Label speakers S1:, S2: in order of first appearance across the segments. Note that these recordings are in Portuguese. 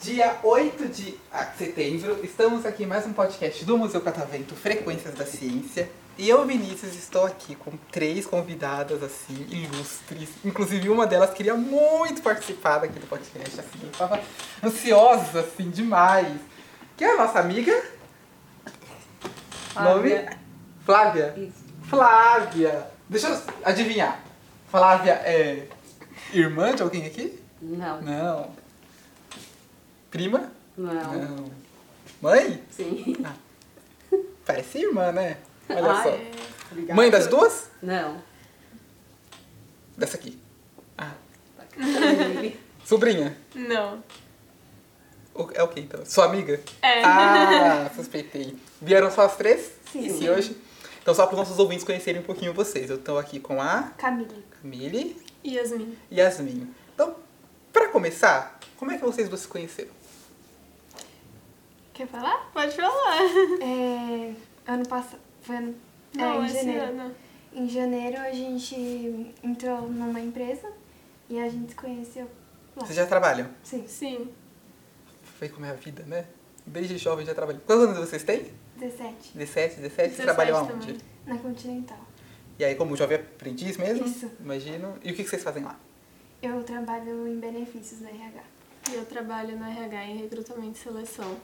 S1: Dia 8 de ah, setembro, estamos aqui em mais um podcast do Museu Catavento Frequências da Ciência. E eu, Vinícius, estou aqui com três convidadas, assim, ilustres. Inclusive, uma delas queria muito participar daqui do podcast, assim, eu tava ansiosa, assim, demais. Que é a nossa amiga?
S2: Flávia.
S1: Nome? Flávia?
S2: é Isso.
S1: Flávia! Deixa eu adivinhar. Flávia é irmã de alguém aqui?
S2: Não.
S1: Não. Prima?
S2: Não.
S1: Mãe?
S2: Sim.
S1: Parece irmã, né? Olha
S2: Ah,
S1: só.
S2: é. Obrigada.
S1: Mãe das duas?
S2: Não.
S1: Dessa aqui. Ah.
S2: É
S1: Sobrinha?
S3: Não.
S1: O- É o que então? Sua amiga?
S3: É.
S1: Ah, suspeitei. Vieram só as três?
S2: Sim.
S1: Esse hoje? Então, só para os nossos ouvintes conhecerem um pouquinho vocês. Eu estou aqui com a
S3: Camille.
S1: Camille
S3: E Yasmin.
S1: e Yasmin. Então, para começar, como é que vocês duas se conheceram?
S3: Quer falar? Pode
S1: Ah,
S3: falar.
S4: É, ano passado. Foi ano, é,
S3: Não,
S4: em
S3: esse
S4: janeiro.
S3: ano.
S4: Em janeiro a gente entrou numa empresa e a gente se conheceu lá.
S1: Vocês já trabalham?
S4: Sim,
S3: Sim.
S1: Foi como é a vida, né? Desde jovem já trabalham. Quantos anos vocês têm?
S4: 17,
S1: 17, 17? Vocês
S3: 17
S1: trabalham aonde?
S3: também.
S4: na Continental.
S1: E aí, como jovem aprendiz mesmo?
S4: Isso.
S1: Imagino. E o que que vocês fazem lá?
S4: Eu trabalho em benefícios da RH.
S3: E eu trabalho no RH em recrutamento e seleção.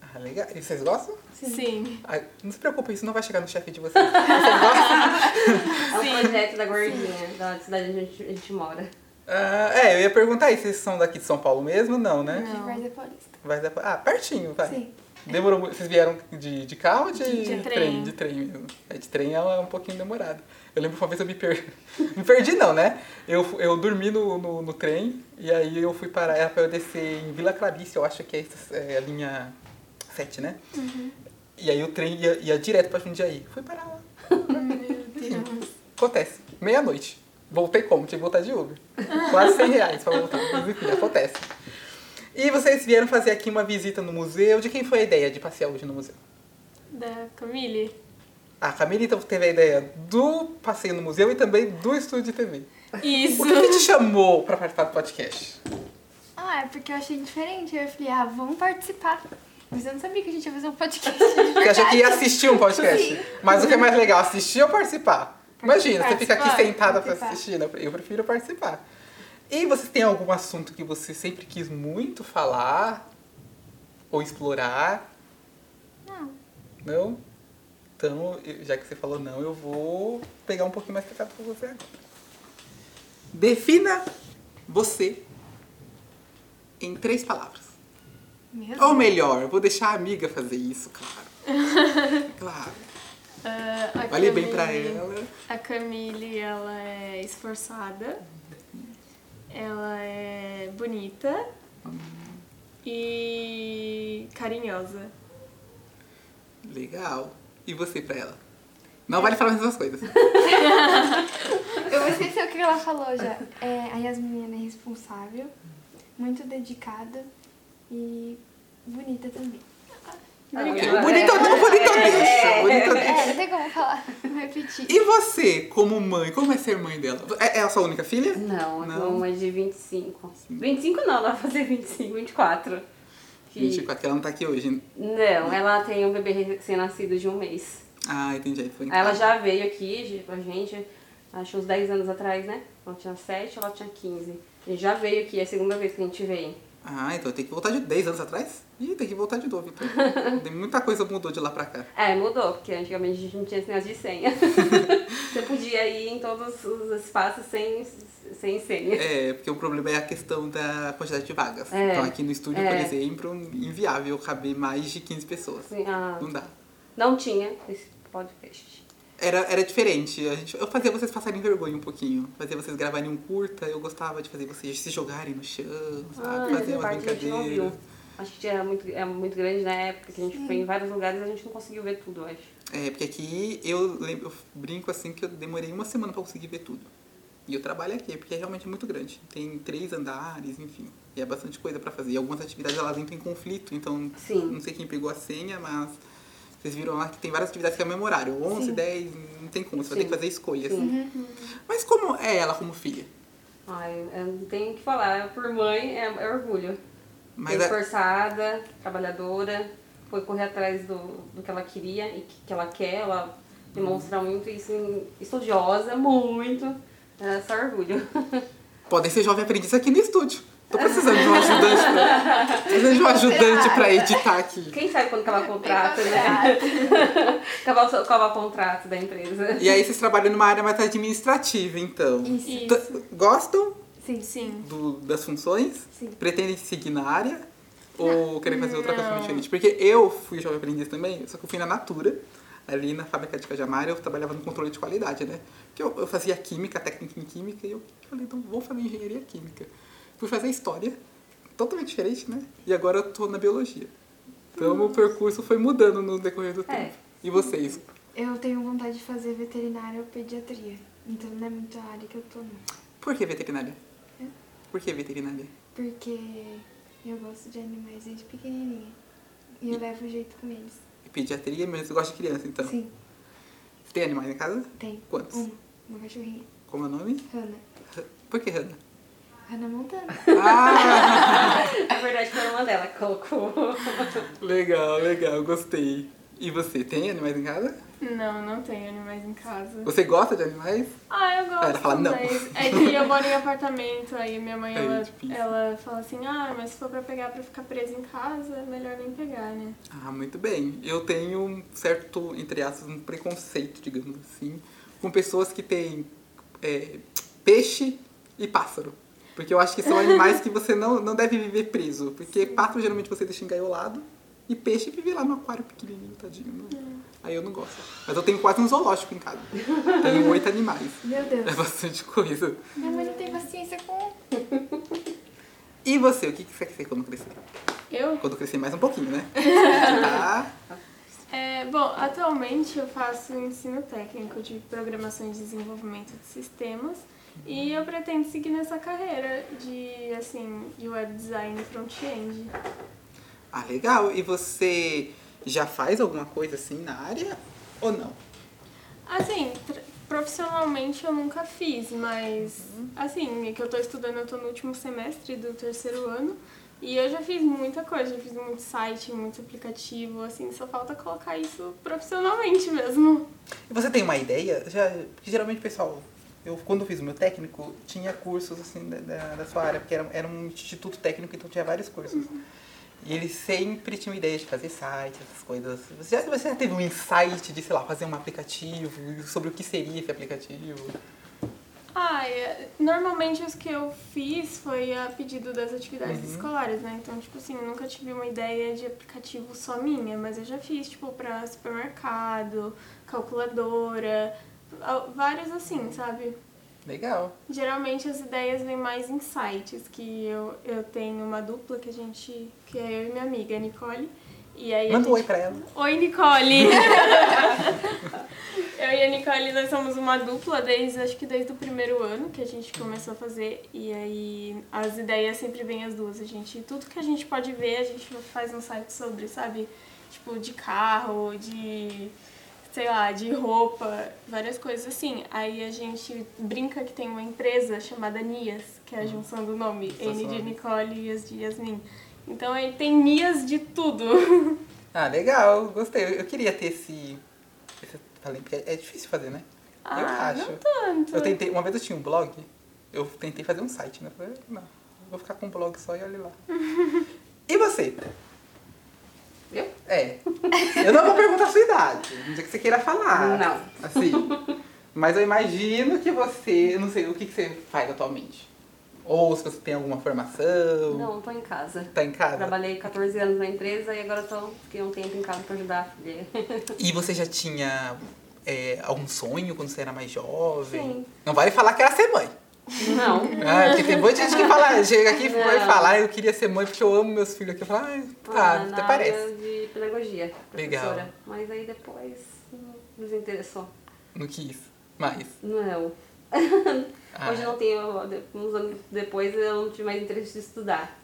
S1: Ah, legal. E vocês gostam?
S4: Sim.
S3: Sim.
S1: Ah, não se preocupem, isso não vai chegar no chefe de vocês.
S2: É o projeto da Gordinha, da cidade onde a gente, a gente mora.
S1: Ah, é, eu ia perguntar aí, vocês são daqui de São Paulo mesmo? Não, né?
S3: Não.
S4: De Várzea Paulista.
S1: Vai dar... Ah, pertinho, vai.
S4: Sim.
S1: Demorou muito. Vocês vieram de, de carro ou de,
S3: De- de trem. né?
S1: De trem mesmo. É, de trem ela é um pouquinho demorada. Eu lembro que uma vez eu me perdi. me perdi não, né? Eu, fu- eu dormi no, no, no trem e aí eu fui parar. Era pra eu descer em Vila Clarice, eu acho que é, essa- é a linha 7, né?
S3: Uhum.
S1: E aí o trem ia, ia direto pra Jundiaí. Fui parar lá.
S3: Meu Deus.
S1: Acontece. Meia-noite. Voltei como? Tive que voltar de Uber. Quase 100 reais pra voltar. Mas enfim, acontece. E vocês vieram fazer aqui uma visita no museu. De quem foi a ideia de passear hoje no museu?
S3: Da Camille.
S1: A Camille então teve a ideia do passeio no museu e também do estúdio de TV.
S3: Isso.
S1: O que, que te chamou pra participar do podcast?
S4: Ah, é porque eu achei diferente. Eu falei, ah, vamos participar. Mas eu não sabia que a gente ia fazer um podcast. de
S1: Porque achou que ia
S4: verdade.
S1: assistir um podcast.
S4: Sim.
S1: Mas o que é mais legal, assistir ou participar? Imagina, você fica aqui
S3: Participar.
S1: sentada pra
S4: Participar.
S1: assistir, né? eu prefiro participar. E você tem algum assunto que você sempre quis muito falar ou explorar?
S4: Não.
S1: Não? Então, eu- já que você falou não, eu vou pegar um pouquinho mais pesado pra você agora. Defina você em três palavras.
S4: Mesmo?
S1: Ou melhor, eu vou deixar a amiga fazer isso, claro. claro.
S3: Ah, a
S1: Olhe bem pra
S3: Camille-
S1: ela.
S3: A Camille, ela é esforçada. Ela é bonita. E carinhosa.
S1: Legal. E você pra ela? Não vale falar as mesmas coisas.
S4: Eu esqueci o que ela falou já. É, a Yasmin ela é responsável, muito dedicada e bonita também.
S1: Ok, o Bonito, não, o bonito deixa. o bonito
S4: É,
S1: deixa.
S4: não tem como falar, não repetir.
S1: E você, como mãe, como é ser mãe dela? É, é a sua única filha?
S2: Não, é
S1: Não.
S2: uma de 25. 25 não, ela vai fazer 25, 24. Que-
S1: 24, que ela não tá aqui hoje.
S2: Não, ela tem um bebê recém-nascido de um mês.
S1: Ah, entendi. Foi em
S2: Aí Ela
S1: casa.
S2: já veio aqui de- com a gente, acho uns 10 anos atrás, né? Ela tinha 7, ela tinha 15. A gente já veio aqui, é a segunda vez que a gente vem.
S1: Ah, então tem que voltar de 10 anos atrás? Ih, tem que voltar de novo, então. Tem muita coisa mudou de lá pra cá.
S2: É, mudou, porque antigamente a gente não tinha esse negócio de senha. Você podia ir em todos os espaços sem, sem senha.
S1: É, porque o problema é a questão da quantidade de vagas.
S2: É.
S1: Então aqui no estúdio, por
S2: É.
S1: exemplo, inviável caber mais de 15 pessoas.
S2: Assim, ah,
S1: Não dá.
S2: não tinha esse podcast.
S1: Era, era diferente. A gente, eu fazia vocês passarem vergonha um pouquinho. Fazia vocês gravarem um curta. Eu gostava de fazer vocês se jogarem no chão,
S2: Ah,
S1: sabe? fazer
S2: essa
S1: umas
S2: parte a gente não
S1: brincadeiras.
S2: viu. Acho que era muito, era muito grande na época, que a gente foi em vários lugares e a gente não conseguiu ver tudo, eu acho.
S1: É, porque aqui eu, lembro, eu brinco assim que eu demorei uma semana pra conseguir ver tudo. E eu trabalho aqui, porque é realmente muito grande. Tem três andares, enfim. E é bastante coisa pra fazer. E algumas atividades elas entram em conflito, então
S2: Sim.
S1: não sei quem pegou a senha, mas Vocês viram lá que tem várias atividades que é o mesmo horário. 11,
S4: Sim.
S1: 10, não tem como. Você vai
S2: Sim.
S1: ter que fazer escolhas.
S2: Sim.
S1: Mas como é ela como filha?
S2: Ai, eu não tenho o que falar. Por mãe é, é orgulho. É
S1: Mas é, a-
S2: Esforçada, trabalhadora, foi correr atrás do, do que ela queria e que, que ela quer. Ela demonstra muito isso em- estudiosa, muito. É só orgulho.
S1: podem ser jovem aprendiz aqui no estúdio. Tô precisando de um ajudante pra, tô precisando de um ajudante pra editar aqui.
S2: Quem sabe quando cavar contrato,
S4: Bem
S2: né? Cavar, o seu- cavar contrato da empresa.
S1: E aí vocês trabalham numa área mais administrativa, então.
S4: Isso.
S3: Isso.
S1: T- Gostam
S4: Sim.
S3: Sim.
S1: do- das funções?
S4: Sim.
S1: Pretendem seguir na área? Ou querem fazer outra coisa
S3: Não.
S1: diferente? Porque eu fui jovem aprendiz também, só que eu fui na Natura. Ali na fábrica de Cajamar, eu trabalhava no controle de qualidade, né? Porque eu, eu fazia química, técnica em química, e eu falei, então vou fazer engenharia química. Fui fazer história, totalmente diferente, né? E agora eu tô na biologia. Então, o meu percurso foi mudando no decorrer do
S2: É.
S1: tempo. E vocês?
S4: Eu tenho vontade de fazer veterinária ou pediatria. Então não é muito a área que eu tô, não.
S1: Por que veterinária?
S4: É.
S1: Por que veterinária?
S4: Porque eu gosto de animais desde pequenininha. E eu levo jeito com eles.
S1: É Pediatria, mas você gosta de criança, então.
S4: Sim,
S1: Você tem animais em casa?
S4: tem.
S1: Quantos?
S4: Uma. Uma cachorrinha.
S1: Como é o nome?
S4: Hannah.
S1: Por que Hannah?
S4: Hannah Montana.
S1: Ah,
S2: Na É verdade, foi a irmã dela que colocou.
S1: legal, legal, gostei. E você, tem animais em casa?
S3: Não, não tenho animais em casa.
S1: Você gosta de animais?
S3: Ah, eu gosto,
S1: Ela fala, "Não."
S3: mas é que eu moro em apartamento, aí minha mãe,
S1: Aí é
S3: ela,
S1: difícil.
S3: ela fala assim, ah, mas se for pra pegar pra ficar presa em casa, é melhor nem pegar, né?
S1: Ah, muito bem. Eu tenho um certo, entre aspas, um preconceito, digamos assim, com pessoas que têm é, peixe e pássaro. Porque eu acho que são animais que você não, não deve viver preso. Porque pássaro geralmente você deixa engaiolado e peixe vive lá no aquário pequenininho, tadinho. né? Aí eu não gosto. Mas eu tenho quase um zoológico em casa. Tenho oito animais.
S4: Meu Deus.
S1: É bastante coisa.
S4: Minha mãe não tem paciência com. um.
S1: E você, o que que você quer ser quando crescer?
S3: Eu?
S1: Quando crescer mais um pouquinho, né? Tá?
S3: É, bom, atualmente eu faço ensino técnico de programação e desenvolvimento de sistemas e eu pretendo seguir nessa carreira de, assim, de web design front-end.
S1: Ah, legal. E você já faz alguma coisa assim na área ou não?
S3: Assim, tr- profissionalmente eu nunca fiz, mas assim, é que eu tô estudando, eu tô no último semestre do terceiro ano e eu já fiz muita coisa, já fiz muito site, muito aplicativo, assim, só falta colocar isso profissionalmente mesmo.
S1: E você tem uma ideia? Já, porque geralmente, pessoal, eu quando eu fiz o meu técnico, tinha cursos assim da, da- da sua área, porque era, era um instituto técnico, então tinha vários cursos. E eles sempre tinham ideia de fazer site, essas coisas. Você já, você já teve um insight de, sei lá, fazer um aplicativo, sobre o que seria esse aplicativo?
S3: Ah, é, normalmente os que eu fiz foi a pedido das atividades
S1: Uhum.
S3: escolares, né? Então, tipo assim, eu nunca tive uma ideia de aplicativo só minha, mas eu já fiz, tipo, pra supermercado, calculadora, a- vários assim, sabe?
S1: Legal.
S3: Geralmente as ideias vêm mais em sites, que eu, eu tenho uma dupla que a gente. que é eu e minha amiga, a Nicole. E aí a
S1: Manda um oi
S3: gente-
S1: pra ela.
S3: Oi, Nicole! eu e a Nicole, nós somos uma dupla desde, acho que desde o primeiro ano que a gente começou a fazer. E aí as ideias sempre vêm as duas. A gente, tudo que a gente pode ver, a gente faz um site sobre, sabe? Tipo, de carro, de. Sei lá, de roupa, várias coisas assim. Aí a gente brinca que tem uma empresa chamada Nias,
S1: Hum.
S3: que é a junção do nome N de
S1: Sensacional.
S3: Nicole e as de Yasmin. Então aí tem Nias de tudo.
S1: Ah, legal, gostei. Eu- Eu queria ter esse. esse talento, porque é é difícil fazer, né? eu
S3: Ah,
S1: acho.
S3: não tanto.
S1: Eu tentei, uma vez eu tinha um blog, eu tentei fazer um site, né? Eu falei, não, vou ficar com um blog só e olha lá. e você?
S2: Eu?
S1: É. Eu não vou perguntar a sua idade, não sei que você queira falar.
S2: Não.
S1: Assim. Mas eu imagino que você, eu não sei, o que, que você faz atualmente? Ou se você tem alguma formação,
S2: Não, tô em casa.
S1: tá em casa?
S2: Trabalhei 14 anos na empresa e agora tô, fiquei um tempo em casa pra ajudar a filha.
S1: E você já tinha é, algum sonho quando você era mais jovem?
S2: Sim.
S1: Não vale falar que era ser mãe.
S2: Não.
S1: Ah, porque tem um monte de gente que fala, chega aqui e vai
S2: Não.
S1: falar, eu queria ser mãe porque eu amo meus filhos. Aqui eu falo, ah, tá,
S2: na,
S1: até
S2: na
S1: parece.
S2: área de pedagogia,
S1: Legal.
S2: professora. Mas aí depois não desinteressou.
S1: Não quis. Mas.
S2: Não.
S1: ah, é.
S2: Hoje eu não tenho, uns anos depois eu não tive mais interesse de estudar.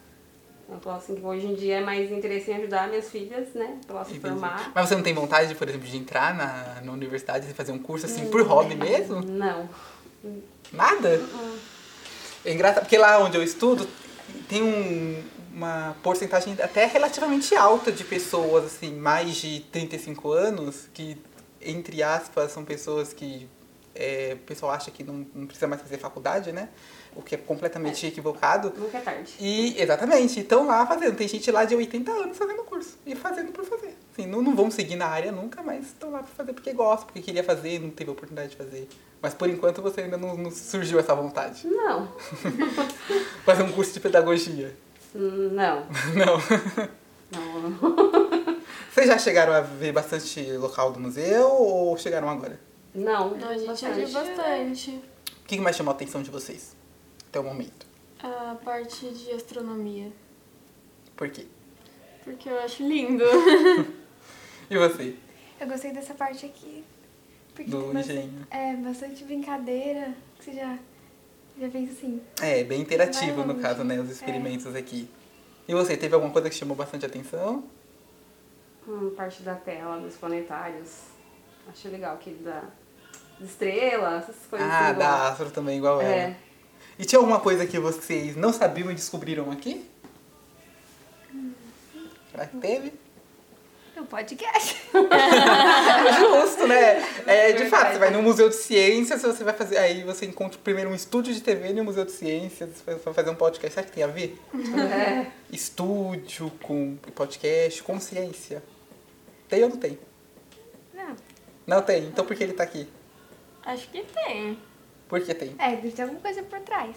S2: Eu falo assim que hoje em dia é mais interesse em ajudar minhas filhas, né? Pra elas se
S1: Entendi.
S2: formar.
S1: Mas você não tem vontade, por exemplo, de entrar na, na universidade e fazer um curso
S2: Hum.
S1: assim por hobby mesmo?
S2: Não. Hum,
S1: Nada? É engraçado, porque lá onde eu estudo tem um- uma porcentagem até relativamente alta de pessoas, assim, mais de 35 anos, que, entre aspas, são pessoas que é, o pessoal acha que não, não precisa mais fazer faculdade, né? O que é completamente equivocado.
S2: Nunca é tarde.
S1: E, exatamente, estão lá fazendo. Tem gente lá de 80 anos fazendo curso e fazendo por fazer. Assim, não, não vão seguir na área nunca, mas estão lá pra fazer porque gostam, porque queria fazer, não teve oportunidade de fazer. Mas por enquanto você ainda não, não surgiu essa vontade.
S2: Não.
S1: Fazer um curso de pedagogia.
S2: Não.
S1: Não.
S2: Não.
S1: Vocês já chegaram a ver bastante local do museu ou chegaram agora?
S2: Não.
S3: Não, a gente já
S2: Bastante.
S3: viu bastante.
S1: O que mais chamou a atenção de vocês até o momento?
S3: A parte de astronomia.
S1: Por quê?
S3: Porque eu acho lindo.
S1: E você?
S4: Eu gostei dessa parte aqui. Porque
S1: Do
S4: tem bastante,
S1: engenho.
S4: é, bastante brincadeira. Que você já, já pensa assim.
S1: É, bem interativo no
S4: Vai, É.
S1: caso, né? Os experimentos aqui. E você, teve alguma coisa que chamou bastante atenção?
S2: Hum, parte da tela, dos planetários. Acho legal aquele da das estrelas, essas coisas.
S1: Ah,
S2: assim,
S1: da Astro também, igual
S2: igual-
S1: ela.
S2: É.
S1: E tinha alguma coisa que vocês não sabiam e descobriram aqui?
S4: Hum.
S1: Será que teve?
S4: No podcast.
S1: Justo, né? É, de
S2: Verdade.
S1: fato, você vai no Museu de Ciências, você vai fazer. Aí você encontra primeiro um estúdio de TV no Museu de Ciências, você vai fazer um podcast. Será que tem a ver?
S2: É.
S1: Estúdio com podcast, com ciência. Tem ou não tem?
S4: Não.
S1: Não tem. Então por que ele tá aqui?
S3: acho que tem.
S1: Por que tem?
S4: É, deve ter alguma coisa por trás.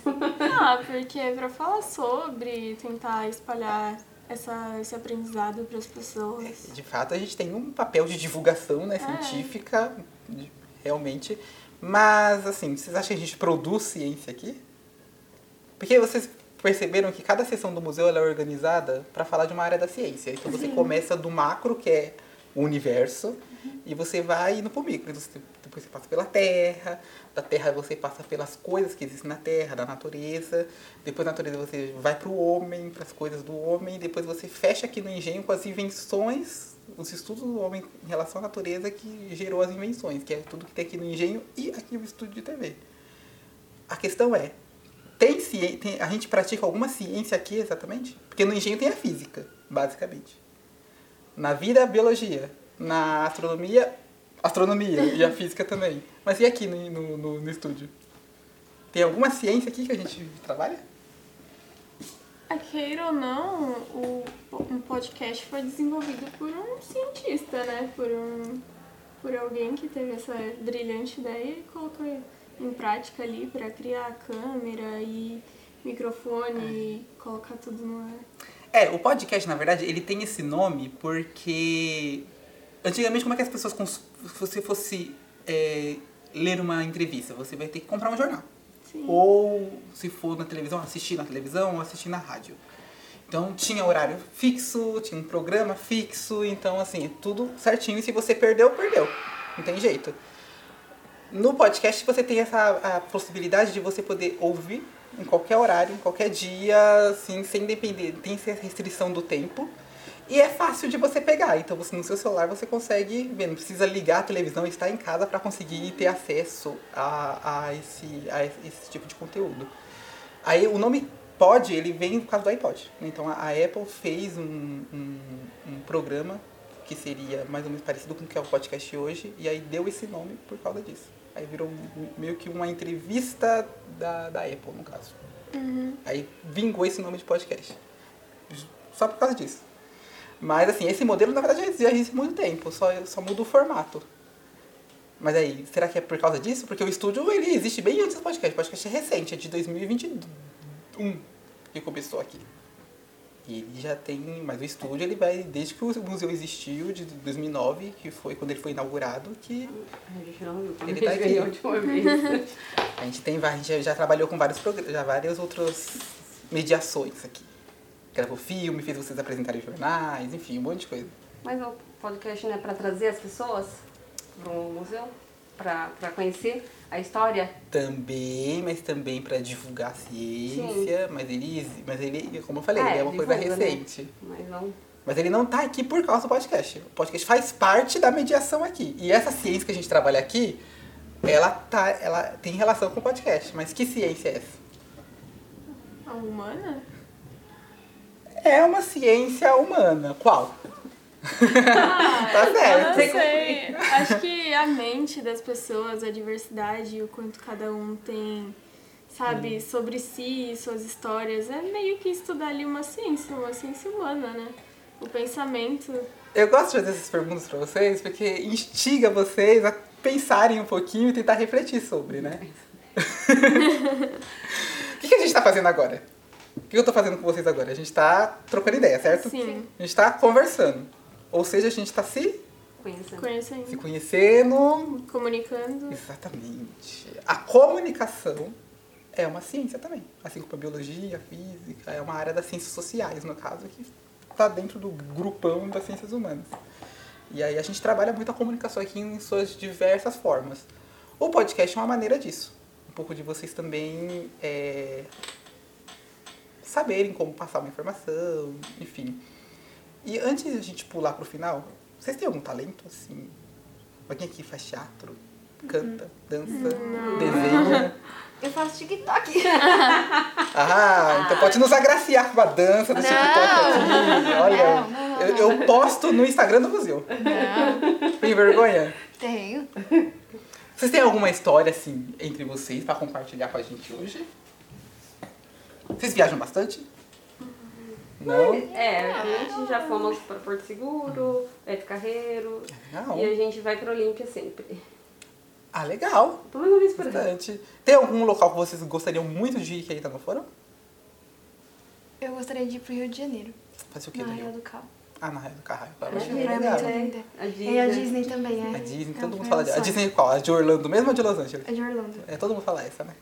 S3: Ah, porque é pra falar sobre, tentar espalhar essa, esse aprendizado pras pessoas.
S1: De fato, a gente tem um papel de divulgação né, científica, de- realmente. Mas, assim, vocês acham que a gente produz ciência aqui? Porque vocês perceberam que cada sessão do museu ela é organizada para falar de uma área da ciência. Então você começa do macro, que é o universo, e você vai indo pro micro. Então, você- depois você passa pela Terra, da Terra você passa pelas coisas que existem na Terra, da natureza. Depois da natureza você vai pro homem, pras coisas do homem. Depois você fecha aqui no engenho com as invenções, os estudos do homem em relação à natureza que gerou as invenções, que é tudo que tem aqui no engenho e aqui no estúdio de TV. A questão é, tem ciência, a gente pratica alguma ciência aqui exatamente? Porque no engenho tem a física, basicamente. Na vida, a biologia. Na astronomia, astronomia e a física também. Mas e aqui no, no, no- no estúdio? Tem alguma ciência aqui que a gente trabalha?
S3: A É queira ou não, o, um podcast foi desenvolvido por um cientista, né? Por um por alguém que teve essa brilhante ideia e colocou em prática ali pra criar câmera e microfone e colocar tudo no ar.
S1: É, o podcast, na verdade, ele tem esse nome porque. Antigamente, como é que as pessoas. Cons... Se você fosse é, ler uma entrevista, você vai ter que comprar um jornal.
S3: Sim.
S1: Ou, se for na televisão, assistir na televisão ou assistir na rádio. Então, tinha horário fixo, tinha um programa fixo, então, assim, tudo certinho. E se você perdeu, perdeu. Não tem jeito. No podcast você tem essa a possibilidade de você poder ouvir em qualquer horário, em qualquer dia, assim, sem depender, tem essa restrição do tempo. E é fácil de você pegar, então você no seu celular você consegue ver, não precisa ligar a televisão e estar em casa para conseguir ter acesso a, a, esse, a esse tipo de conteúdo. Aí o nome pod, ele vem por causa do iPod. Então a, a Apple fez um, um, um programa que seria mais ou menos parecido com o que é o podcast hoje, e aí deu esse nome por causa disso. Aí virou um- meio que uma entrevista da, da Apple, no caso. Aí vingou esse nome de podcast. Só por causa disso. Mas assim, esse modelo na verdade já existe há muito tempo, só, só muda o formato. Mas aí, será que é por causa disso? Porque o estúdio ele existe bem antes do podcast. O podcast é recente, é de 2021 que começou aqui. E ele já tem. Mas o estúdio ele vai desde que o museu existiu, de 2009, que foi quando ele foi inaugurado, que
S2: A gente não viu.
S1: Ele tá aqui.
S2: a última vez.
S1: a gente tem vários. A gente já- já trabalhou com vários programas, já várias outras mediações aqui. Gravou filme, fez vocês apresentarem jornais, enfim, um monte de coisa.
S2: Mas o podcast não é pra trazer as pessoas pro museu? pra, pra conhecer a história.
S1: Também, mas também pra divulgar a ciência. Mas ele, mas ele, como eu falei,
S2: É,
S1: ele é uma coisa
S2: divulga, né?
S1: recente.
S2: Mas não.
S1: Mas ele não tá aqui por causa do podcast. O podcast faz parte da mediação aqui. E essa ciência que a gente trabalha aqui, ela, tá, ela tem relação com o podcast. Mas que ciência é essa?
S3: A humana?
S1: É uma ciência humana. Qual?
S3: Ah,
S1: Tá certo.
S3: Eu não
S1: Sei
S3: sei. Acho que a mente das pessoas, a diversidade, o quanto cada um tem, sabe,
S1: Hum.
S3: sobre si, suas histórias, é meio que estudar ali uma ciência, uma ciência humana, né? O pensamento.
S1: Eu gosto de fazer essas perguntas pra vocês porque instiga vocês a pensarem um pouquinho e tentar refletir sobre, né? O que, que a gente tá fazendo agora? O que eu tô fazendo com vocês agora? A gente tá trocando ideia, certo?
S3: Sim.
S1: A gente tá conversando. Ou seja, a gente tá se,
S2: Conheça.
S3: Tá.
S1: se
S3: Conhecendo,
S1: conhecendo.
S3: comunicando.
S1: Exatamente. A comunicação é uma ciência também. Assim como a biologia, a física, é uma área das ciências sociais, no caso, que está dentro do grupão das ciências humanas. E aí a gente trabalha muito a comunicação aqui em suas diversas formas. O podcast é uma maneira disso. Um pouco de vocês também é, saberem como passar uma informação, enfim. E antes de a gente pular pro final, vocês têm algum talento, assim? Alguém aqui faz teatro, canta, dança, desenha?
S4: Eu faço TikTok.
S1: Ah, então pode nos agraciar com a dança do
S4: Não.
S1: TikTok aqui. Olha,
S4: Não, não, não,
S1: eu, eu posto no Instagram do museu.
S4: Não,
S1: Tem vergonha?
S4: tenho.
S1: Vocês têm alguma história, assim, entre vocês pra compartilhar com a gente hoje? Vocês viajam bastante? Não?
S2: É, a gente já fomos pra Porto Seguro, Beto Carreiro.
S1: Não.
S2: E a gente vai pra Olímpia sempre.
S1: Ah, legal.
S2: Pelo menos uma vez por ano.
S1: Bastante. Tem algum local que vocês gostariam muito de ir que ainda não foram?
S4: Eu gostaria de ir pro Rio de Janeiro,
S1: Fazer o que
S4: na
S1: no
S4: Arraial
S1: Rio?
S4: do Cabo.
S1: Ah, na Raio do Carraio.
S2: A
S1: Claro.
S4: Acho
S2: Disney,
S4: que
S1: legal.
S4: vai é muito
S2: né? A Disney.
S4: E a Disney também, é.
S1: A Disney,
S4: É um
S1: todo mundo fala de... A
S4: sonho.
S1: Disney qual? A de Orlando mesmo ou a de Los Angeles?
S4: É de Orlando.
S1: É, todo mundo fala essa, né?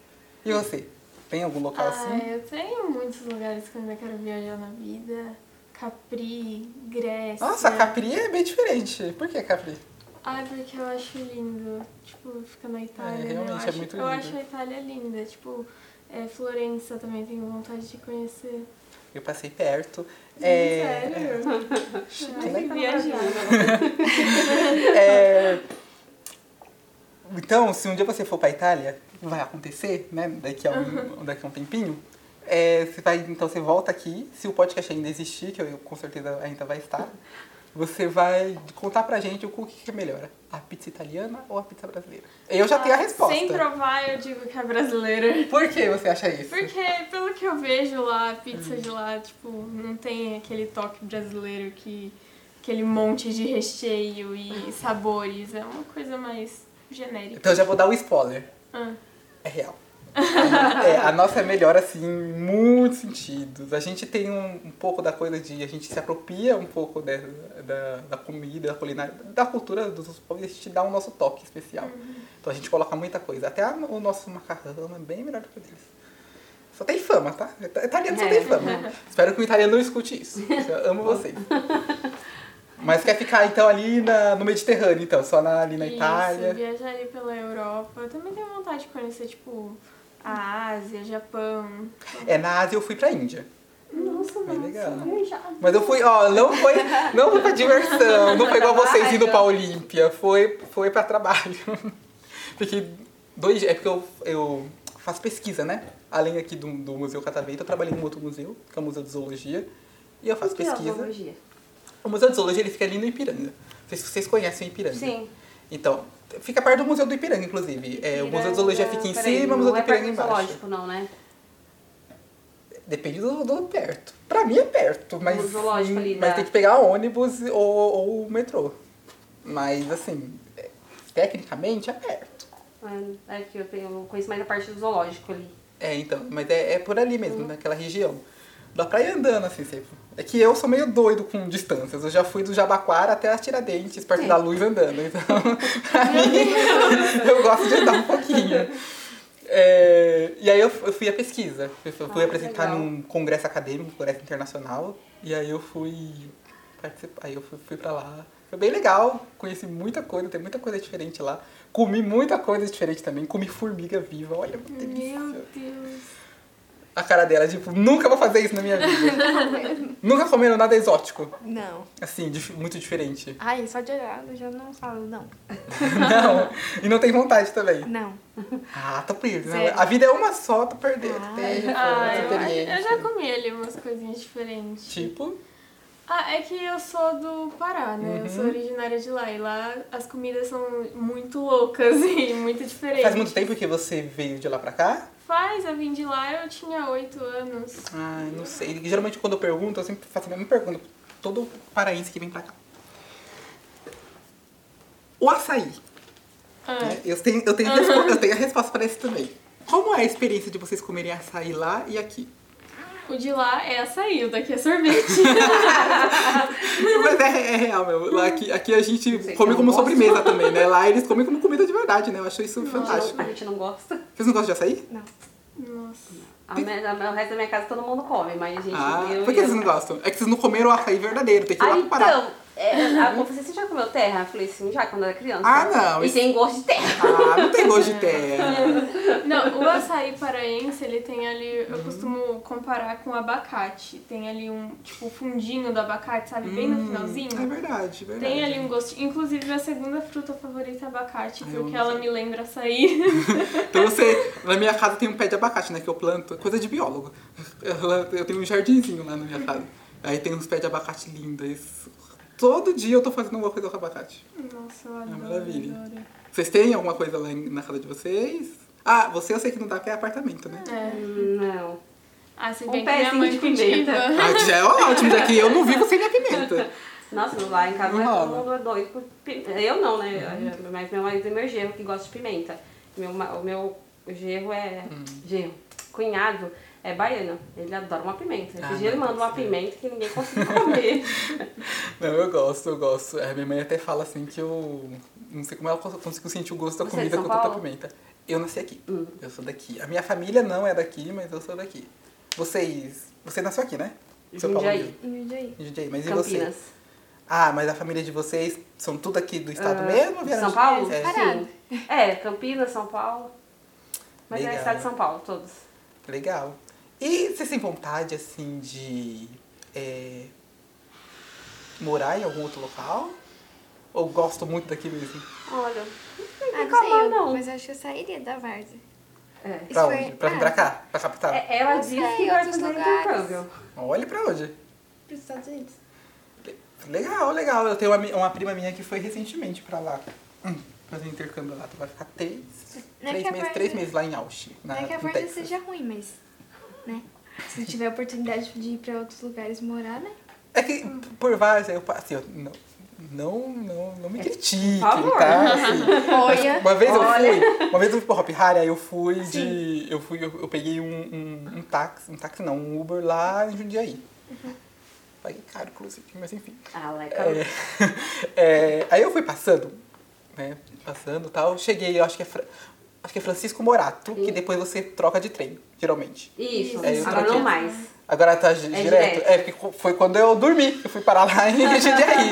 S1: E você? Tem algum local
S3: Ah,
S1: assim?
S3: eu tenho muitos lugares que eu ainda quero viajar na vida. Capri, Grécia.
S1: Nossa, Capri é bem diferente. Por que Capri?
S3: Ai, Ah, é porque eu acho lindo. Tipo, fica na Itália.
S1: É,
S3: né?
S1: realmente,
S3: eu
S1: é
S3: acho,
S1: muito
S3: Eu
S1: lindo.
S3: acho a Itália linda. Tipo, é, Florença também tenho vontade de conhecer.
S1: Eu passei perto.
S3: Sério?
S1: é
S2: tá
S3: Ai, que viajada.
S1: É, Então, se um dia você for pra Itália, vai acontecer, né? Daqui a um, daqui a um tempinho. é, você vai, então você volta aqui, se o podcast ainda existir, que eu com certeza ainda vai estar, você vai contar pra gente o que que é melhor, a pizza italiana ou a pizza brasileira? Eu já tenho a resposta.
S3: Ah, Sem provar, eu digo que é brasileira.
S1: Por que você acha isso?
S3: Porque, pelo que eu vejo lá, a pizza de lá, tipo, não tem aquele toque brasileiro que... Aquele monte de recheio e sabores. É uma coisa mais genérica.
S1: Então eu já vou dar um spoiler.
S3: Ah.
S1: É real. É, a nossa é melhor, assim, em muitos sentidos. A gente tem um, um pouco da coisa de... A gente se apropria um pouco de- da, da comida, da culinária, da cultura dos outros povos. E a gente dá o nosso toque especial. Então a gente coloca muita coisa. Até a- o nosso macarrão é bem melhor do que o deles. Só tem fama, tá? Ita- Italiano só
S2: É.
S1: tem fama. né? Espero que o italiano não escute isso. Eu amo vocês. Mas quer ficar, então, ali na- no Mediterrâneo, então. Só na- ali na
S3: Isso,
S1: Itália.
S3: viajar ali pela Europa. Eu também tenho vontade de conhecer, tipo, a Ásia, Japão.
S1: É, na Ásia eu fui pra Índia.
S2: Nossa,
S1: Bem legal.
S2: viajada.
S1: Mas eu fui, ó, não foi, não foi pra diversão, não foi igual vocês indo pra Olímpia, foi, foi pra trabalho. Fiquei dois dias, é porque eu, eu faço pesquisa, né? Além aqui do, do Museu Catavento, eu trabalhei em um outro museu, que é o Museu de Zoologia, e eu faço
S2: Que é
S1: pesquisa.
S2: zoologia.
S1: o Museu de Zoologia, ele fica ali no Ipiranga. Não sei se vocês conhecem o Ipiranga.
S2: Sim.
S1: Então, fica perto do Museu do Ipiranga, inclusive. É, o Museu de Zoologia
S2: Ipiranga-
S1: fica em
S2: peraí,
S1: cima, o Museu do
S2: não é
S1: Ipiranga
S2: parque
S1: embaixo.
S2: zoológico, não, né?
S1: Depende do, do perto. Pra mim é perto, mas,
S2: Do zoológico ali né?
S1: mas
S2: da-
S1: tem que pegar ônibus ou, ou o metrô. Mas assim, é- tecnicamente é perto.
S2: É que eu tenho eu conheço mais a parte do zoológico ali.
S1: É, então, mas é, é por ali
S2: Uhum.
S1: mesmo, naquela região. Dá pra ir andando, assim, sempre. É que eu sou meio doido com distâncias. Eu já fui do Jabaquara até a Tiradentes, perto
S2: É.
S1: da luz andando. Então, pra mim, eu gosto de andar um pouquinho. É, e aí eu, eu fui à pesquisa. Eu fui
S2: Ah,
S1: apresentar
S2: legal.
S1: num congresso acadêmico, congresso internacional. E aí eu fui participar. Aí eu fui, fui pra lá Foi bem legal, conheci muita coisa, tem muita coisa diferente lá. Comi muita coisa diferente também, comi formiga viva, olha que delícia.
S3: Meu Deus.
S1: A cara dela, tipo, nunca vou fazer isso na minha vida. nunca comeram nada exótico,
S4: Não.
S1: assim, dif- muito diferente.
S4: Ai, só de olhar eu já não falo, não.
S1: Não, e não tem vontade também.
S4: Não.
S1: Ah, tô perdendo.
S4: Sério?
S1: A vida é uma só, tô perdendo.
S4: Ai.
S1: Tem
S3: Ah, eu,
S1: experiência.
S3: eu já comi ali umas coisinhas diferentes.
S1: Tipo,
S3: Ah, é que eu sou do Pará, né?
S1: Uhum.
S3: Eu sou originária de lá. E lá as comidas são muito loucas e muito diferentes.
S1: faz muito tempo que você veio de lá pra cá?
S3: Faz, eu vim de lá, eu tinha 8 anos.
S1: Ah, não sei. Geralmente quando eu pergunto, eu sempre faço a mesma pergunta. pra Todo paraense que vem pra cá. O açaí.
S3: Ah,
S1: né? Eu, tenho, eu, tenho a respo- eu tenho a resposta pra esse também. Como é a experiência de vocês comerem açaí lá e aqui?
S3: o de lá é açaí, o daqui é sorvete.
S1: Mas é, é real, meu. Lá, aqui, aqui a gente
S2: Sei que
S1: come
S2: eu
S1: como
S2: gosto.
S1: sobremesa também, né? Lá eles comem como comida de verdade, né? Eu acho isso fantástico.
S2: A gente não gosta.
S1: Vocês não gostam de açaí?
S4: Não.
S3: Nossa.
S2: A me- a- o resto da minha casa todo mundo come, mas a gente.
S1: Ah,
S2: eu
S1: por que
S2: e eu-
S1: vocês não gostam? É que vocês não comeram o açaí verdadeiro, tem que
S3: Ah,
S1: ir lá
S2: Aí
S1: pro Pará.
S2: então, é, a, você, você já comeu terra? Eu falei assim, já, quando eu era criança.
S1: Ah, não,
S2: E
S1: isso-
S2: tem gosto de terra.
S1: Ah, não tem gosto de
S3: É,
S1: terra.
S3: Não, o açaí paraense, ele tem ali,
S1: Uhum.
S3: eu costumo comparar com abacate. Tem ali um, tipo, fundinho do abacate, sabe? Bem no
S1: Hum, É
S3: finalzinho.
S1: verdade, é verdade.
S3: Tem ali um gosto. Inclusive, minha segunda fruta favorita é abacate,
S1: Ai, eu
S3: porque
S1: amo
S3: ela
S1: açaí.
S3: me lembra açaí.
S1: Então você, na minha casa tem um pé de abacate, né? Que eu planto, coisa de biólogo. Ela- Eu tenho um jardinzinho lá na minha casa. Aí tem uns pés de abacate lindos. Todo dia eu tô fazendo alguma coisa com abacate.
S3: Nossa, eu adoro.
S1: É maravilha.
S3: adoro.
S1: Vocês têm alguma coisa lá em- na casa de vocês? Ah, você eu sei que não dá porque é apartamento, né?
S3: É.
S2: Não.
S3: Ah, se
S2: Um
S3: bem que minha
S2: pezinho
S3: mãe
S2: de
S3: cultiva.
S2: pimenta.
S1: Ah, que já é ótimo, já que eu não vivo sem minha pimenta.
S2: Nossa, lá em casa
S1: Não
S2: todo
S1: rola. Uhum.
S2: mundo é doido por pimenta. Eu não, né? Mas meu marido é meu gerro que gosta de pimenta. Meu, ma- o meu gerro é.
S1: Hum.
S2: Gerro. Cunhado é baiano. Ele adora uma pimenta.
S1: Ah,
S2: Esse dia ele
S1: não,
S2: manda uma
S1: sim.
S2: pimenta que ninguém consegue comer.
S1: Não, eu gosto, eu gosto. É, minha mãe até fala assim que eu. Não sei como ela cons- conseguiu sentir o gosto da
S2: Você é de
S1: comida
S2: São
S1: com tanta
S2: Paulo?
S1: pimenta. Eu nasci aqui.
S2: Hum.
S1: Eu sou daqui. A minha família não é daqui, mas eu sou daqui. Vocês. Você nasceu aqui, né?
S2: Jundiaí.
S1: mesmo.
S4: E o Jair?
S1: Jundiaí, mas e você?
S2: Campinas.
S1: Ah, mas a família de vocês são tudo aqui do estado
S2: Ah,
S1: É mesmo?
S2: de
S1: vieram
S2: São
S1: de-
S2: Paulo?
S1: É,
S4: Parado.
S2: Sim. É, Campinas, São Paulo. Mas é
S1: Legal.
S2: a cidade de São Paulo, todos.
S1: legal. E vocês têm vontade, assim, de é, morar em algum outro local? Ou gosto muito daqui mesmo?
S2: Olha,
S4: Ah, não
S2: fica
S4: sei,
S2: mal,
S4: eu,
S2: não.
S4: mas eu acho que eu sairia da Varsa.
S2: é.
S1: Pra
S4: Isso é-
S1: onde? Pra vir pra cá? Pra capital?
S2: É, Ela
S4: Não
S2: disse
S4: sei,
S2: que vai
S4: outros
S2: fazer
S4: lugares.
S2: intercâmbio.
S1: Olha pra onde.
S4: Para os Estados Unidos.
S1: Legal, legal. Eu tenho uma, mi- uma prima minha que foi recentemente pra lá. Hum, fazer intercâmbio lá. Tu vai ficar três,
S4: Não é
S1: três,
S4: que a
S1: meses,
S4: Varsa-
S1: três meses lá em Austin. na-
S4: Não é que a
S1: no
S4: Varsa
S1: Texas.
S4: seja ruim, mas. Né? Se tiver oportunidade de ir pra outros lugares morar, né?
S1: É que por várias, eu, pa- assim, eu não, não, não, não
S4: É
S1: me critiquem,
S2: favor.
S1: tá? Assim,
S4: Olha.
S1: Uma vez
S2: Olha.
S1: eu fui, uma vez eu fui pro Hop Hari, aí eu fui de. Eu fui, eu, eu peguei um, um, um táxi, um táxi não, um Uber lá em Jundiaí. Paguei caro, inclusive, mas enfim.
S2: Ah, lá é caro.
S1: É, é, aí eu fui passando, né? Passando e tal, cheguei, eu acho que é. Fra- Acho que é Francisco Morato, que
S2: Sim.
S1: depois você troca de trem, geralmente.
S2: Isso,
S1: É, eu
S2: agora
S1: troquei.
S2: não mais.
S1: Agora tá gi-
S2: É
S1: direto?
S2: direto.
S1: É, porque co- foi quando eu dormi. Eu fui parar lá em Jundiaí.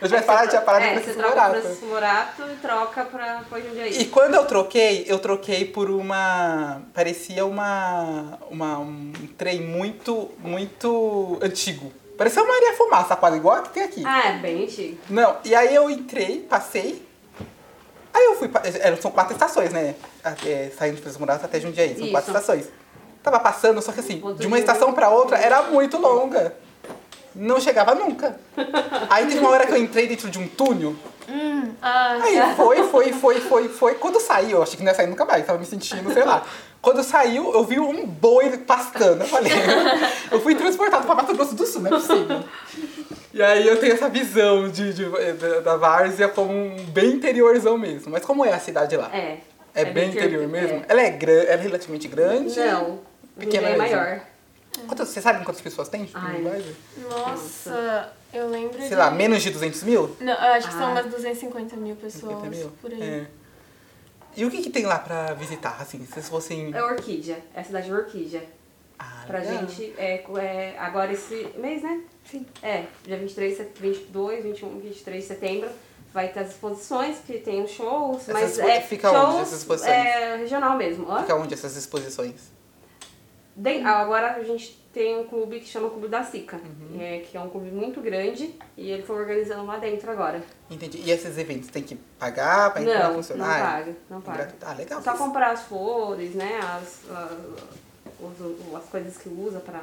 S1: Eu tivesse parado, tinha parado em
S2: É, você
S1: Francisco
S2: troca
S1: Morato.
S2: pra Francisco Morato e troca pra é pra Jundiaí.
S1: E quando eu troquei, eu troquei por uma. Parecia uma. uma um trem muito, muito antigo. Parecia uma areia fumaça, quase igual a que tem aqui.
S2: Ah, é bem antigo.
S1: Não, e aí eu entrei, passei. Aí eu fui. pa- é, eram- São quatro estações, né? É, saindo de Francisco Morato até Jundiaí. São
S2: Isso.
S1: quatro estações. Tava passando, só que assim,
S2: Outro
S1: de uma
S2: dia-
S1: estação pra outra era muito longa. Não chegava nunca. Aí teve uma hora que eu entrei dentro de um túnel.
S3: Ah,
S1: Aí foi, foi, foi, foi, foi. Quando saiu, eu achei que não ia sair nunca mais, tava me sentindo, sei lá. Quando saiu, eu vi um boi pastando. Eu falei, eu fui transportado pra Mato Grosso do Sul, não é possível. E aí eu tenho essa visão de, de- da, da Várzea como um bem interiorzão mesmo. Mas como é a cidade lá?
S2: É.
S1: É, bem
S2: inter-
S1: interior mesmo?
S2: é.
S1: Ela é, gran... ela é relativamente grande?
S2: Não.
S1: Pequena
S2: Pequena é
S1: mesmo.
S2: maior.
S1: Quantas, vocês sabem quantas pessoas tem? tipo,
S2: Ai.
S1: no Várzea?
S3: nossa, eu lembro de...
S1: Sei lá, menos de 200 mil?
S3: Não, eu acho que são
S2: Ah.
S3: umas 250 mil pessoas
S1: 50 mil?
S3: por aí.
S1: É. E o que, que tem lá pra visitar, assim? Se vocês fossem...
S2: É Orquídea. É a cidade de Orquídea.
S1: Ah,
S2: Pra
S1: legal.
S2: gente, é, co- é, agora esse mês, né?
S4: Sim.
S2: É, dia 23, set- 22, 21, 23 de setembro vai ter as exposições, que tem os shows,
S1: Essas
S2: mas
S1: expo-
S2: é,
S1: fica onde
S2: shows,
S1: essas exposições?
S2: É, regional mesmo. Hã?
S1: Fica onde essas exposições?
S2: De- ah, agora a gente tem um clube que chama Clube da Sica,
S1: Uhum.
S2: é, que é um clube muito grande e eles estão organizando lá dentro agora.
S1: Entendi. E esses eventos tem que pagar pra entrar
S2: não, não
S1: funcionário?
S2: paga, não
S1: É
S2: paga.
S1: gratuito. Ah, legal.
S2: Só comprar as flores, né? As, a- os- as coisas que usa para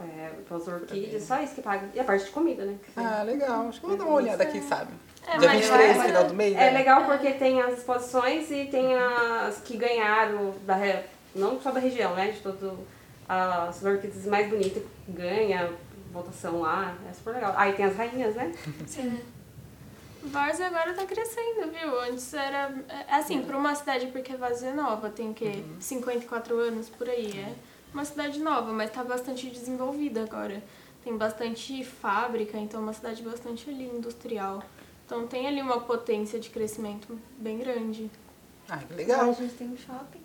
S2: é, as orquídeas, só isso que paga. E a parte de comida, né? que-
S1: Ah, legal. Acho que eu vou dar uma olhada aqui, sabe?
S3: É,
S1: Dia
S3: mas
S1: 23,
S2: vai-
S1: final do mês,
S2: É
S1: né?
S2: legal porque tem as exposições e tem as que ganharam, da, re- não só da região, né? De todo. As orquídeas mais bonitas que ganha votação lá. É super legal. Aí tem as rainhas, né?
S3: Varza agora tá crescendo, viu? Antes era. é, Assim, pra uma cidade, porque Varza é nova, tem o quê?
S1: Uhum.
S3: 54 anos por aí. É uma cidade nova, mas tá bastante desenvolvida agora. Tem bastante fábrica, então é uma cidade bastante ali industrial. Então tem ali uma potência de crescimento bem grande.
S1: Ah, que
S4: Agora
S1: legal.
S4: a gente tem um shopping.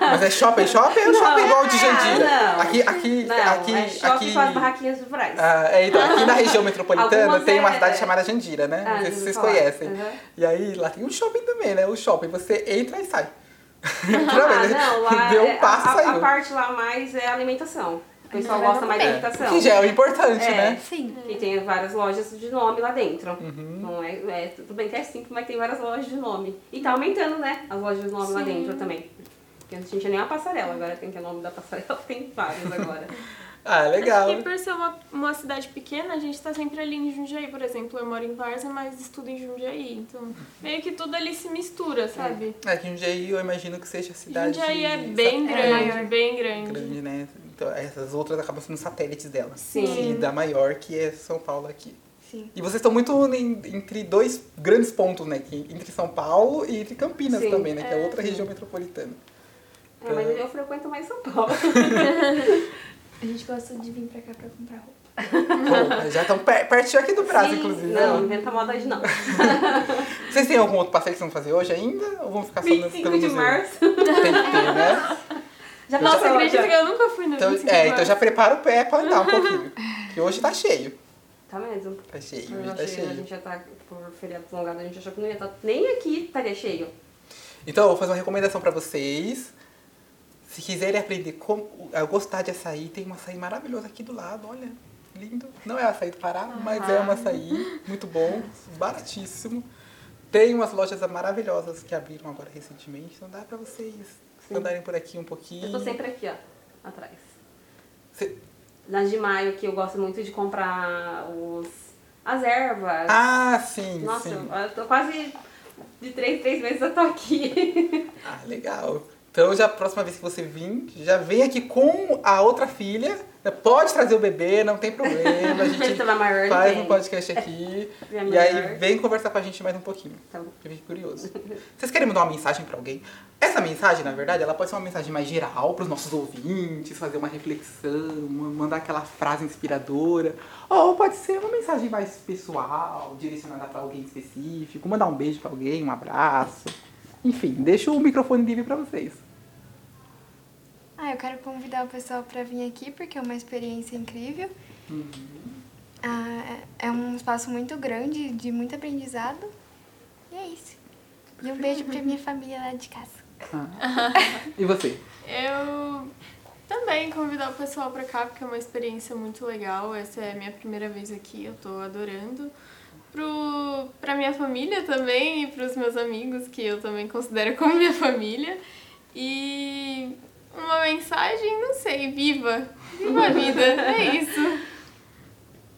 S1: Mas é shopping, shopping ou
S2: Não,
S1: shopping igual de
S2: é,
S1: Jandira?
S2: não.
S1: Aqui, aqui,
S2: Não,
S1: aqui,
S2: é shopping
S1: aqui.
S2: com as barraquinhas do Braz.
S1: Ah, é, então, aqui na região metropolitana
S2: Algumas
S1: tem uma
S2: é-
S1: cidade chamada Jandira, né?
S2: Ah,
S1: Não sei
S2: já
S1: se
S2: ouvi
S1: vocês
S2: falar.
S1: conhecem.
S2: Uhum.
S1: E aí lá tem um shopping também, né? O shopping, você entra e sai.
S2: Ah,
S1: Literalmente,
S2: não, lá
S1: deu
S2: é-
S1: um passo e
S2: a, a
S1: saiu.
S2: parte lá mais é alimentação. O pessoal
S4: Uhum.
S2: gosta mais de
S4: É.
S2: alimentação.
S1: Que já é o importante,
S2: É.
S1: né?
S4: Sim.
S2: E tem várias lojas de nome lá dentro.
S1: Uhum.
S2: Não é, é- tudo bem que é simples, mas tem várias lojas de nome. E tá aumentando, né? As lojas de nome lá
S3: Sim.
S2: dentro também. Porque antes não tinha nem uma passarela, agora tem que é o nome da passarela, tem várias agora.
S1: Ah, legal.
S3: Acho que por ser uma, uma cidade pequena, a gente tá sempre ali em Jundiaí, por exemplo. Eu moro em Varza, mas estudo em Jundiaí. Então, meio que tudo ali se mistura, sabe?
S1: É que Jundiaí eu imagino que seja a cidade.
S3: Jundiaí é bem
S1: sa-
S3: grande,
S1: é,
S3: bem grande.
S1: grande, né? Então essas outras acabam sendo satélites dela.
S2: Sim.
S1: E da maior, que é São Paulo aqui.
S4: Sim.
S1: E vocês estão muito em- entre dois grandes pontos, né? Que, entre São Paulo e entre Campinas
S2: Sim,
S1: também, né? Que é
S3: é,
S1: outra região metropolitana.
S2: É, mas eu frequento mais São Paulo.
S4: A gente gosta de vir pra cá pra comprar roupa.
S1: Bom, já estão per pertinho aqui do Brasil, inclusive. né?
S2: Não, inventa moda hoje não.
S1: Vocês têm algum outro passeio que vocês vão fazer hoje ainda? Ou vão ficar só no- pelo
S2: 25 de
S1: museu?
S2: março.
S1: Tem que ter, né?
S2: Já
S1: Eu já-
S3: Nossa,
S2: passou,
S3: acredita
S2: já.
S3: que eu nunca fui no
S1: Então,
S3: 25
S1: é,
S3: de
S1: então já prepara o pé pra andar um pouquinho. Que hoje tá cheio.
S2: Tá mesmo.
S1: Tá cheio,
S2: Eu
S1: hoje tá
S2: achei- a
S1: cheio.
S2: gente já tá por feriado prolongado, a gente achou que não ia estar. Nem aqui estaria cheio.
S1: Então, eu vou fazer uma recomendação pra vocês. Se quiserem aprender como a gostar de açaí, tem um açaí maravilhoso aqui do lado, olha. Lindo. Não é açaí do Pará, mas é
S2: Ah.
S1: um açaí muito bom, baratíssimo. Tem umas lojas maravilhosas que abriram agora recentemente, então dá pra vocês
S2: Sim.
S1: andarem por aqui um pouquinho.
S2: Eu tô sempre aqui, ó, atrás.
S1: Cê-
S2: nas de maio que eu gosto muito de comprar os, as ervas.
S1: Ah, sim,
S2: Nossa,
S1: sim.
S2: eu, eu tô quase de três, três meses eu tô aqui.
S1: Ah, legal. Então, já a próxima vez que você vir, já vem aqui com a outra filha. Pode trazer o bebê, não tem problema. A gente
S2: Tá na maior,
S1: faz
S2: vem.
S1: um podcast aqui.
S2: Vem a
S1: e aí
S2: maior.
S1: vem conversar com a gente mais um pouquinho.
S2: Tá bom.
S1: Eu fiquei curioso. Vocês querem mandar uma mensagem pra alguém? Essa mensagem, na verdade, ela pode ser uma mensagem mais geral pros nossos ouvintes, fazer uma reflexão, uma- mandar aquela frase inspiradora. Ou pode ser uma mensagem mais pessoal, direcionada pra alguém específico, mandar um beijo pra alguém, um abraço. Enfim, deixa o microfone livre pra vocês.
S4: Ah, eu quero convidar o pessoal pra vir aqui porque é uma experiência incrível.
S1: Uhum.
S4: Ah, é é um espaço muito grande, de muito aprendizado. E é isso. E um beijo pra minha família lá de casa.
S1: Ah. E você?
S3: Eu também convidar o pessoal pra cá, porque é uma experiência muito legal. Essa é a minha primeira vez aqui, eu tô adorando. Pro, pra minha família também e pros meus amigos, que eu também considero como minha família. E uma mensagem, não sei, viva! Viva a vida! É isso!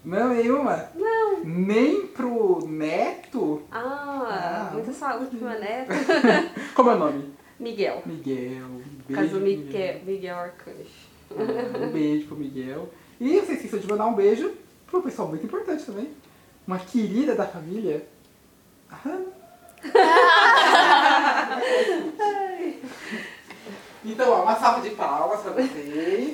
S1: Não, nenhuma? Não. Nem pro neto?
S2: Ah,
S1: Ah.
S2: muita saúde pro meu neto.
S1: Como é o nome?
S2: Miguel.
S1: Miguel. Um
S2: Por
S1: beijo.
S2: causa
S1: pro
S2: do Miguel, é Miguel Arcanjo.
S1: Um beijo pro Miguel. E você esqueceu de mandar um beijo pro pessoal muito importante também. Uma querida da família. a Hannah. então, ó, uma salva de palmas pra vocês.